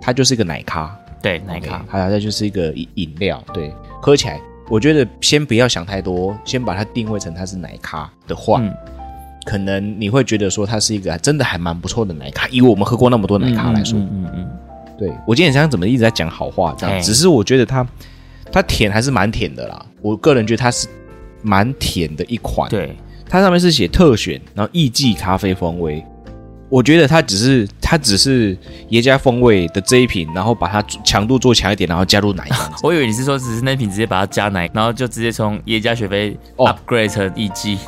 它就是一个奶咖。对奶咖 OK，，还有它就是一个饮饮料，对，喝起来，我觉得先不要想太多，先把它定位成它是奶咖的话，嗯可能你会觉得说它是一个真的还蛮不错的奶咖。以我们喝过那么多奶咖来说，嗯嗯嗯对我今天想怎么一直在讲好话这样，哎只是我觉得它它甜还是蛮甜的啦，我个人觉得它是蛮甜的一款嗯，，对，它上面是写特选，然后艺妓咖啡风味。我觉得它只是它只是耶加风味的这一瓶，然后把它强度做强一点，然后加入奶这样子我以为你是说只是那瓶直接把它加奶，然后就直接从耶加雪菲哦 upgrade 成艺伎，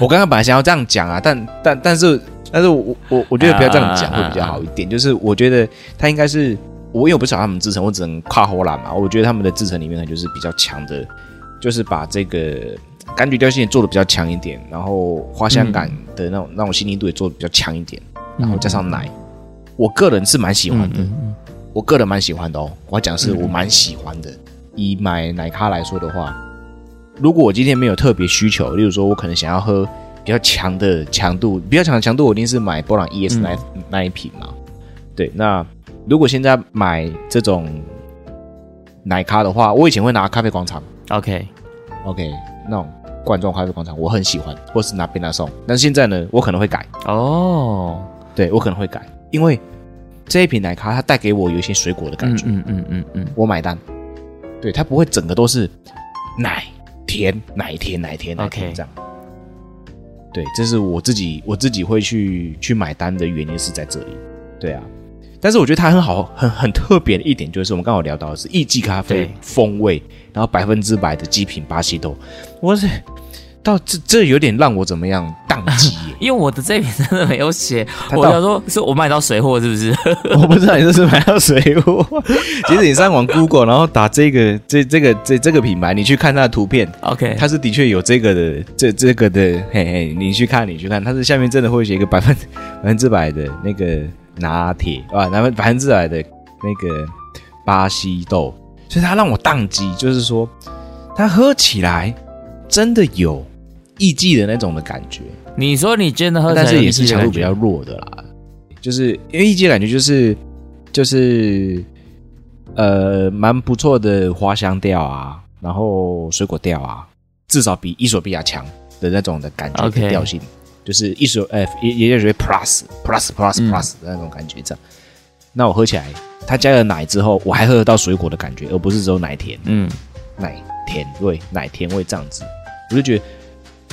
我刚刚本来想要这样讲啊，但但但是但是我我我觉得不要这样讲会比较好一点。就是我觉得它应该是我因为我不晓得他们制成，我只能跨火懒嘛。我觉得他们的制成里面可能就是比较强的，就是把这个柑橘调性也做的比较强一点，然后花香感的那种、那种细腻度也做的比较强一点，然后加上奶，我个人是蛮喜欢嗯的，嗯嗯，我个人蛮喜欢的哦。我要讲的是我蛮喜欢的。以买奶咖来说的话，如果我今天没有特别需求，例如说我可能想要喝比较强的强度，比较强的强度，我一定是买波朗 ES 那、那一瓶嘛。对，那如果现在买这种奶咖的话，我以前会拿咖啡广场嗯 OK， ，OK，那种罐装咖啡广场我很喜欢，或是拿贝纳颂。但是现在呢，我可能会改，哦，对我可能会改，因为这一瓶奶咖它带给我有一些水果的感嗯觉。嗯嗯嗯嗯，我买单。对，它不会整个都是奶甜奶甜奶甜奶甜 OK 这样。对，这是我自己我自己会去去买单的原因是在这里。对啊，但是我觉得它很好，很很特别的一点就是我们刚好聊到的是意式咖啡对。风味，然后百分之百的极品巴西豆，我是到这这有点让我怎么样宕机耶 [laughs] 因为我的这瓶真的没有写，他我到想说是我买到水货是不是？ [laughs] 我不知道你这是买到水货。其实你上网 Google，然后打这个这这个这这个品牌，你去看它的图片， OK，它是的确有这个的，这这个的，嘿嘿，你去看，你去看，它是下面真的会写一个百分 [laughs] 百分之百的那个拿铁啊，百分百分之百的那个巴西豆，所以它让我宕机，就是说它喝起来真的有意记的那种的感觉，你说你真的喝起来但有是也艺是伎的强感度觉比较弱的啦，就是因为意记感觉就是就是呃蛮不错的花香调啊，然后水果调啊，至少比伊索比亚强的那种的感觉 OK 的调性就是一索呃也也就是 plus plus plus 嗯 plus 的那种感觉这样。那我喝起来，它加了奶之后，我还喝得到水果的感觉，而不是只有奶甜。嗯，奶甜味、奶甜味这样子，我就觉得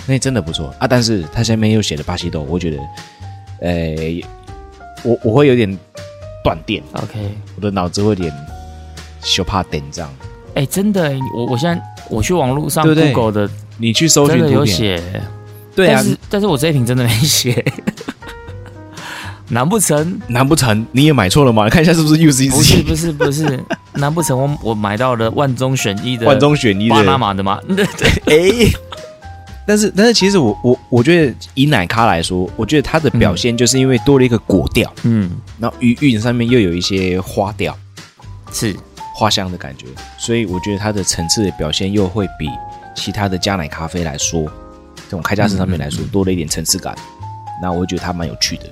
那真的不错啊。但是它下面又写了巴西豆，我觉得，呃，我我会有点断电， OK，我的脑子会有点羞怕电这样。哎哎、真的欸、我我现在我去网络上对不对 Google 的你去搜真寻的图有片，写，对啊但，是但是我这一瓶真的没写，难不成难不成你也买错了吗？ [laughs] 看一下是不是不是 UCC 不是不是？难不成我我买到了万中选一的万中选一的巴拿 [laughs] 马的吗？ [laughs] 对对，哎、但是但是其实我我我觉得以奶咖来说，我觉得它的表现就是因为多了一个果调，嗯，然后鱼韵上面又有一些花调、是花香的感觉，所以我觉得它的层次的表现又会比其他的加奶咖啡来说，这种开架式上面来说多了一点层次感。那我觉得它蛮有趣的，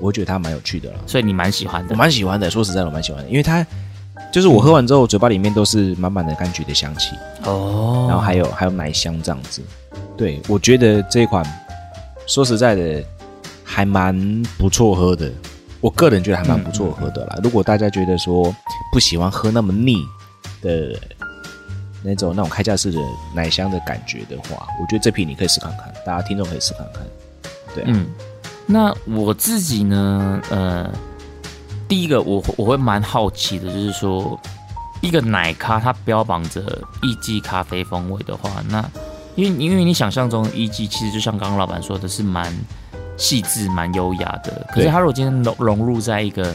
我觉得它蛮有趣的啦，所以你蛮喜欢我的。蛮喜欢的。说实在的，我蛮喜欢的，因为它就是我喝完之后，嘴巴里面都是满满的柑橘的香气。哦，然后还有还有奶香这样子。对，我觉得这一款说实在的还蛮不错喝的，我个人觉得还蛮不嗯错喝的啦。如果大家觉得说不喜欢喝那么腻的那种那种开架式的奶香的感觉的话，我觉得这瓶你可以试看看，大家听众可以试看看。对、啊，嗯，那我自己呢，呃，第一个我我会蛮好奇的，就是说一个奶咖它标榜着意式咖啡风味的话，那因为因为你想象中的意式其实就像刚刚老板说的是蛮细致、蛮优雅的，可是对它如果今天融融入在一个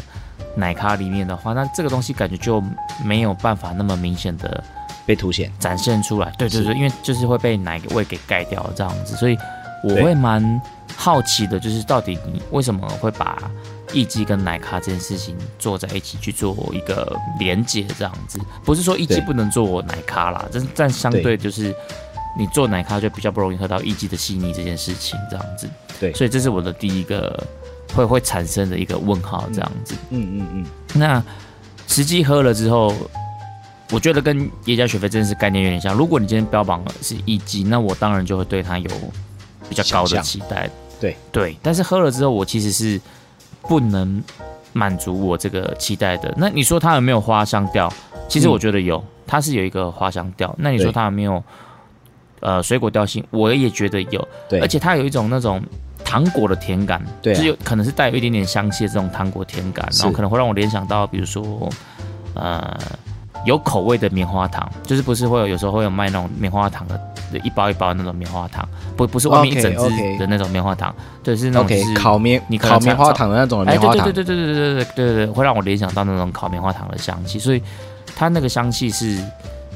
奶咖里面的话，那这个东西感觉就没有办法那么明显的被凸显。展现出来。对对对，因为就是会被奶味给盖掉这样子，所以我会蛮好奇的，就是到底你为什么会把艺妓跟奶咖这件事情做在一起去做一个连接这样子？不是说艺对妓不能做奶咖啦，但但相对就是。你做奶咖就比较不容易喝到艺妓的细腻这件事情，这样子。对所以这是我的第一个会会产生的一个问号，这样子。嗯嗯嗯，那实际喝了之后，我觉得跟耶加雪菲真的是概念有点像。如果你今天标榜的是一级，那我当然就会对它有比较高的想象期待。对对，但是喝了之后，我其实是不能满足我这个期待的。那你说它有没有花香调？其实嗯我觉得有，它是有一个花香调。那你说对它有没有呃水果调性？我也觉得有，对，而且它有一种那种糖果的甜感，对啊就是有可能是带有一点点香气的这种糖果甜感，然后是可能会让我联想到，比如说，呃，有口味的棉花糖，就是不是会有有时候会有卖那种棉花糖的，一包一包的那种棉花糖，不不是外面一 OK，整只 OK 的那种棉花糖，对，是那种哦 OK 就是烤棉你可能烤棉常花糖的那种哎，棉对花对糖对，对对对对对对对，会让我联想到那种烤棉花糖的香气，所以它那个香气是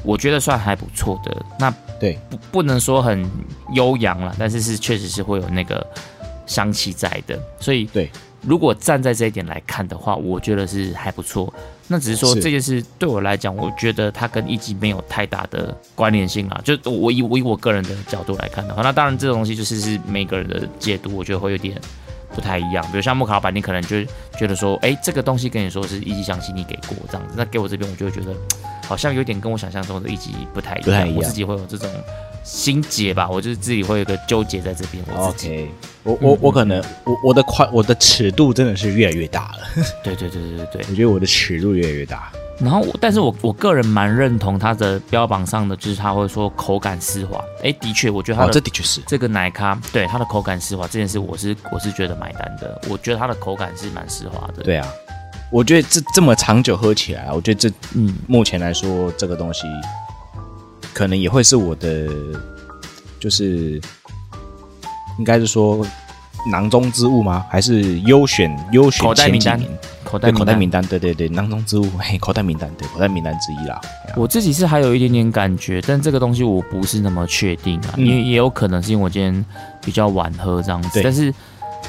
我觉得算还不错的。那对不不能说很悠扬了，但是是确实是会有那个香气在的。所以对，如果站在这一点来看的话，我觉得是还不错。那只是说是这件事对我来讲，我觉得它跟一级没有太大的关联性啊啦。就我以我以我个人的角度来看的话，那当然这种东西就是是每个人的解读，我觉得会有点不太一样。比如像木卡老板，你可能就觉得说，哎、这个东西跟你说是一级香气，你给过这样子，那给我这边我就会觉得好像有点跟我想象中的一级不太一样，不太一样我自己会有这种心结吧，我就是自己会有一个纠结在这边，我自己。 OK，我我我可嗯能我我的宽我的尺度真的是越来越大了，对对对对对对。我觉得我的尺度越来越大。然后我，但是我我个人蛮认同它的标榜上的，就是他会说口感丝滑。哎，的确，我觉得它哦，这的的确是，这个奶咖，对它的口感丝滑这件事，我是我是觉得买单的。我觉得它的口感是蛮丝滑的。，对啊，我觉得这这么长久喝起来，我觉得这嗯，目前来说这个东西，可能也会是我的，就是应该是说囊中之物吗？还是优选优选口袋前名几单名口袋对名口单袋名单，对对对，囊中之物，嘿，口袋名单，对口袋名单之一啦。对啊我自己是还有一点点感觉，但这个东西我不是那么确定啊，嗯因为也有可能是因为我今天比较晚喝这样子，对但是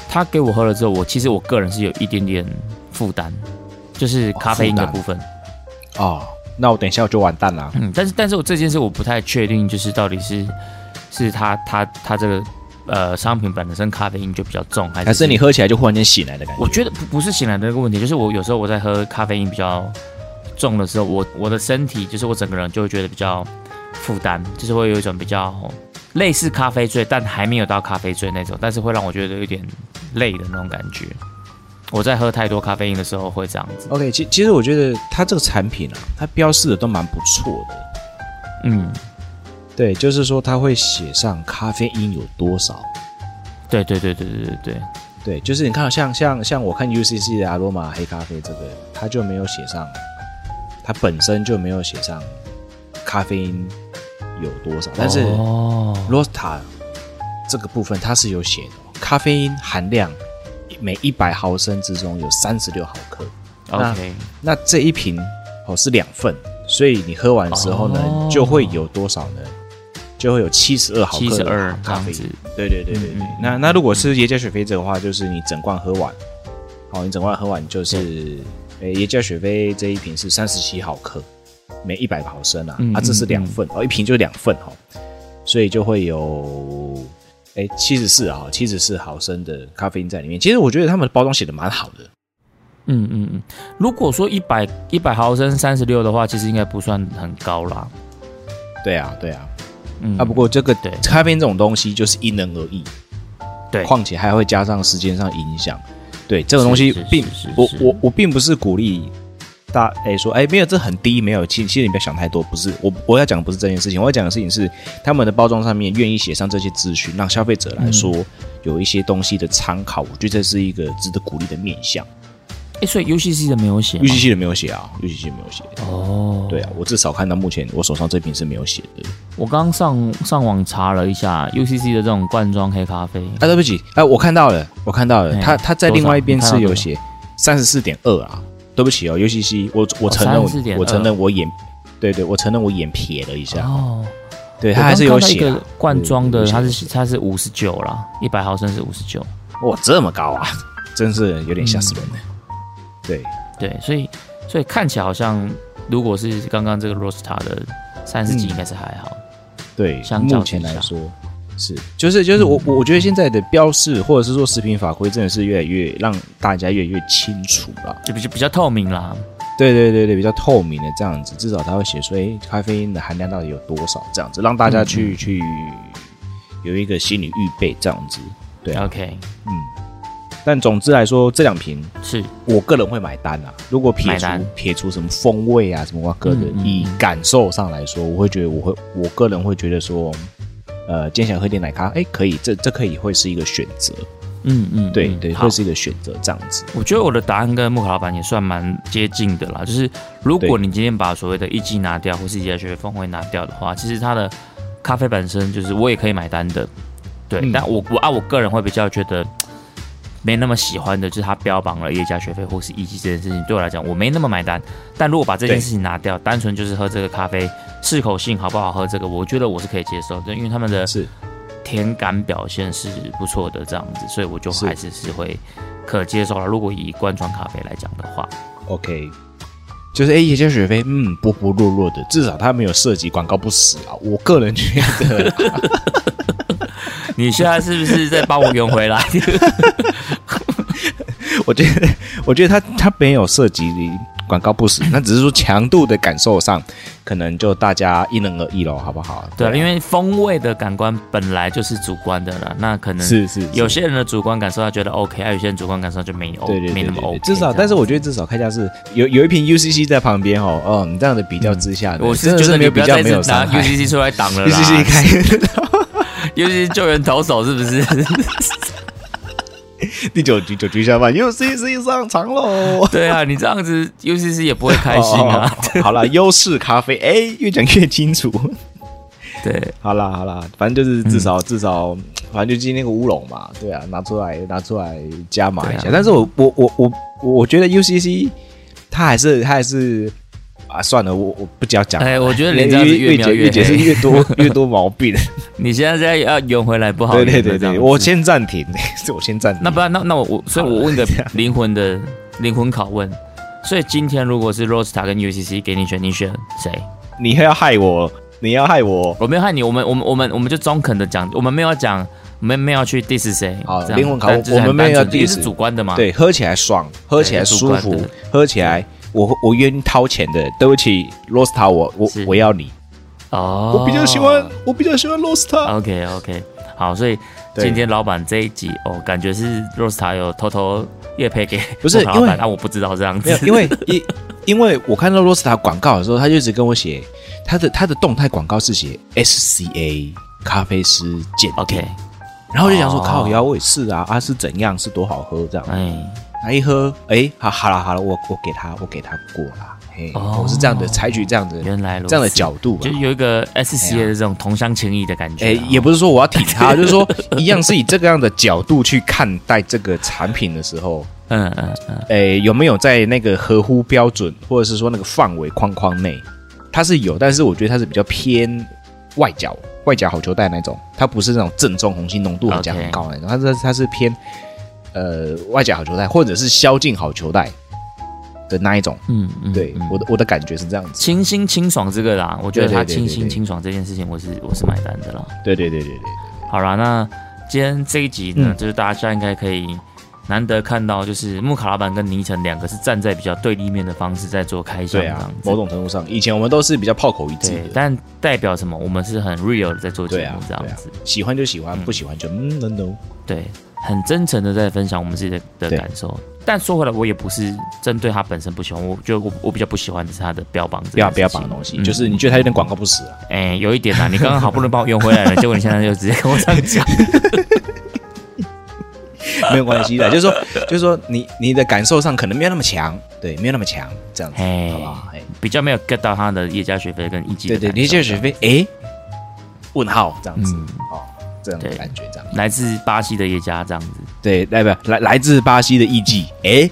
他给我喝了之后，我其实我个人是有一点点负担，就是咖啡因的负担部分。哦，那我等一下我就完蛋啦。嗯，但是但是我这件事我不太确定，就是到底是是他他他这个呃商品本身咖啡因就比较重，还是还是你？喝起来就忽然间醒来的感觉？我觉得不不是醒来的那个问题，就是我有时候我在喝咖啡因比较重的时候，我我的身体就是我整个人就会觉得比较负担，就是会有一种比较类似咖啡醉，但还没有到咖啡醉那种，但是会让我觉得有点累的那种感觉。我在喝太多咖啡因的时候会这样子， OK，其其实我觉得它这个产品啊，它标示的都蛮不错的。嗯，对，就是说它会写上咖啡因有多少。对对对对对对对，对，就是你看像像像我看 UCC 的阿罗马黑咖啡这个，它就没有写上，它本身就没有写上咖啡因有多少，但是哦，罗塔这个部分它是有写的哦，咖啡因含量每一百毫升之中有三十六毫克。那 OK，那这一瓶哦是两份，所以你喝完之后呢，哦就会有多少呢？就会有七十二毫克七十的二这咖样啡因子。对对对对对。嗯嗯那那如果是耶加雪菲这个话，就是你整罐喝完，好，你整罐喝完就是，诶，耶加雪菲这一瓶是三十七毫克，每一百毫升啊，嗯啊，这是嗯两嗯份、哦，一瓶就两份哈、哦，所以就会有。诶七十四啊，七十四毫升的咖啡因在里面。其实我觉得他们的包装写的蛮好的，嗯嗯嗯。如果说一百一百毫升三十六的话，其实应该不算很高啦。对啊，对啊。嗯，啊，不过这个对咖啡因这种东西就是因人而异，对，况且还会加上时间上影响。对这种东西是是并是是我是我我并不是鼓励大哎、说哎、没有这很低没有，其其实你不要想太多，不是我我要讲的不是这件事情，我要讲的事情是他们的包装上面愿意写上这些资讯，让消费者来说、嗯有一些东西的参考，我觉得这是一个值得鼓励的面向。嗯诶所以 UCC 的没有写吗 UCC 的没有写啊，UCC 没有写。哦，对啊，我至少看到目前我手上这瓶是没有写的。我刚刚上上网查了一下 UCC 的这种罐装黑咖啡，啊，对不起，哎、我看到了，我看到了，哎他他在另外一边多少你是看到有写三十四点二啊，对不起哦，UCC，我我承认我、 34.2我承认我眼，对对，我承认我眼瞥了一下，哦，对我他刚还是有看到一写、个啊，罐装的，对它有是它是五十九啦，一百毫升是五十九，哇这么高啊，真是有点吓死人嗯了。对，对，所以所以看起来好像如果是刚刚这个 Rosta 的三十几，嗯应该是还好。对，相较目前之来下嗯说是，就是就是我我我觉得现在的标示或者是说食品法规真的是越来越让大家越来越清楚了。就比较比较透明啦。对对对对，比较透明的这样子，至少它会写说，哎，咖啡因的含量到底有多少这样子，让大家嗯去、去有一个心理预备这样子。对啊， OK，但总之来说，这两瓶是我个人会买单啊。如果撇买除单撇除什么风味啊什么哇哥的，嗯嗯以感受上来说，我会觉得我会我个人会觉得说，呃，今天想喝点奶咖，哎，可以，这这可以会是一个选择，嗯嗯，对、嗯对，好会，是一个选择这样子。我觉得我的答案跟木卡老板也算蛮接近的啦。就是如果对你今天把所谓的一级拿掉，或是一级学峰会拿掉的话，其实它的咖啡本身就是我也可以买单的。对，嗯但我我啊，我个人会比较觉得。没那么喜欢的，就是他标榜了夜加学费或是一级这件事情，对我来讲我没那么买单。但如果把这件对事情拿掉，单纯就是喝这个咖啡适口性好不好喝，这个我觉得我是可以接受的，因为他们的是甜感表现是不错的这样子，所以我就是还是是会可接受了。如果以罐装咖啡来讲的话， [laughs] OK，就是哎，野加雪菲，嗯，波波落落的，至少它没有涉及广告不实啊。我个人觉 [laughs] 得，你现在是不是在帮我圆回来？ [laughs] 啊我觉得，我觉得它它没有涉及广告不实，那只是说强度的感受上，可能就大家因人而异咯，好不好？对啊，因为为风味的感官本来就是主观的了，那可能是是是有些人的主观感受他觉得 OK，还有些啊人主观感受就没有对对没对那对么对 OK 这样。至少，但是我觉得至少开价是有有一瓶 UCC 在旁边哦，哦，你这样的比较之下，嗯我真是的觉是得没你有不比要较再没次有伤拿害 UCC 出来挡了 [laughs] 啦 [laughs] UCC 开 UCC 救援投手是不是？ [laughs] 第九局九局下半，UCC 上场喽。对啊，你这样子 UCC 也不会开心啊。哦！[laughs] 好啦，优势咖啡，哎、越讲越清楚。 [laughs] 哦对，好啦好啦，反正就是至嗯少、至少，反正就今天那个乌龙嘛，对啊，拿出来拿出来加码一下。对啊但是我我我我我觉得 UCC 他还是他还是啊，算了，我我不讲讲。哎，我觉得越你这样子越描解越解释黑。越 [laughs] 多越多毛病，你现在在要圆回哦来不好对圆的对这样子，对对，我先暂停， [laughs] 是我先暂停。那不然那那我我，所以我问个灵魂的灵魂拷问。所以今天如果是 Rosta 跟 UCC 给你选，你选谁？ [laughs] 你要害我，你要害我。我没有害你，我们我们我们我们就中肯的讲，我们没有要讲，我们没有要去 diss 谁。好这样灵魂拷但就是我们很没有单纯要因为是 diss 主观的嘛。对，喝起来爽，喝起来对是舒主观服的，喝起来我我愿意掏钱的。对不起，Rosta，我我是我要你。哦，我比较喜欢，我比较喜欢 Rosta。 OK OK，好，所以对今天老板这一集哦，感觉是 Rosta 有偷偷夜配给不是 Rosta [laughs] 老因为板，啊，我不知道这样没 [laughs] 子有，，因为因因为我看到 Rosta 广告的时候，他就一直跟我写他的他的动态广告是写 SCA 咖啡师鉴定 OK，然后我就想说哦靠腰我也是啊啊是怎样是多好喝这样，哎，他一喝哎好好了好了，我我给他我给他过啦，嘿嘿哦我是这样的，采取这样的原来如此这样的角度啊吧就。有一个 S C 的这种同乡情谊的感觉哎、啊。也不是说我要挺他，就 [laughs] 是说一样是以这个样的角度去看待这个产品的时候，嗯嗯嗯，诶，有没有在那个合乎标准，或者是说那个范围框框内？它是有，但是我觉得它是比较偏外角外角好球带那种，它不是那种正中红心浓度很加 OK 很高的那种，它是它是偏呃外角好球带或者是宵禁好球带的那一种。嗯嗯，对，嗯我的我的感觉是这样子。清新清爽这个啦，我觉得对对他对对清对新清爽这件事情，我是我是买单的啦。对对对对对，好啦，那今天这一集呢，嗯就是大家应该可以难得看到，就是木卡老板跟尼城两个是站在比较对立面的方式在做开箱，这对啊样，子。某种程度上，以前我们都是比较炮口一致对，的，但代表什么？我们是很 real 的在做对节啊目，这对啊样子，，喜欢就喜欢，嗯不喜欢就嗯 no no，对，很真诚的在分享我们自己的的对感受。但说回来，我也不是针对他本身不喜欢，我觉得我我比较不喜欢的是他的标榜这不要件事情，不要绑东西，嗯就是你觉得它有点广告不实啊。 [laughs] 哎、有一点啊，你刚刚好不容易把我圆回 [laughs] 来了，结果你现在就直接跟我这样讲，没有关系的，就是说，就是说你你的感受上可能没有那么强，对，没有那么强，这样子，哎好不好？哎，比较没有 get 到他的叶家学费跟一级对的对，感受你就是非哎，问号这样子嗯，哦，这样的感觉，这样，来自巴西的叶家这样子，对，来不来来自巴西的艺妓， [laughs] 哎，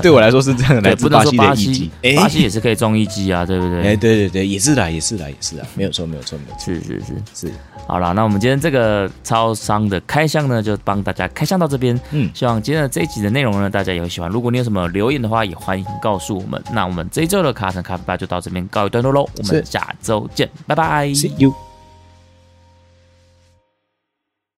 对我来说是这样，对，来不自能巴说西巴的艺西，妓，巴哎。西也是可以中一级啊，对不对？哎，对对对，也是啦，也是啦，也是啦，没有错，没有错，没有错，是是是，是好啦，那我们今天这个超商的开箱呢，就帮大家开箱到这边。嗯希望今天的这一集的内容呢，大家也会喜欢。如果你有什么留言的话，也欢迎告诉我们。那我们这一周的卡城咖啡吧就到这边告一段落喽，我们是下周见，拜拜。 ，See you。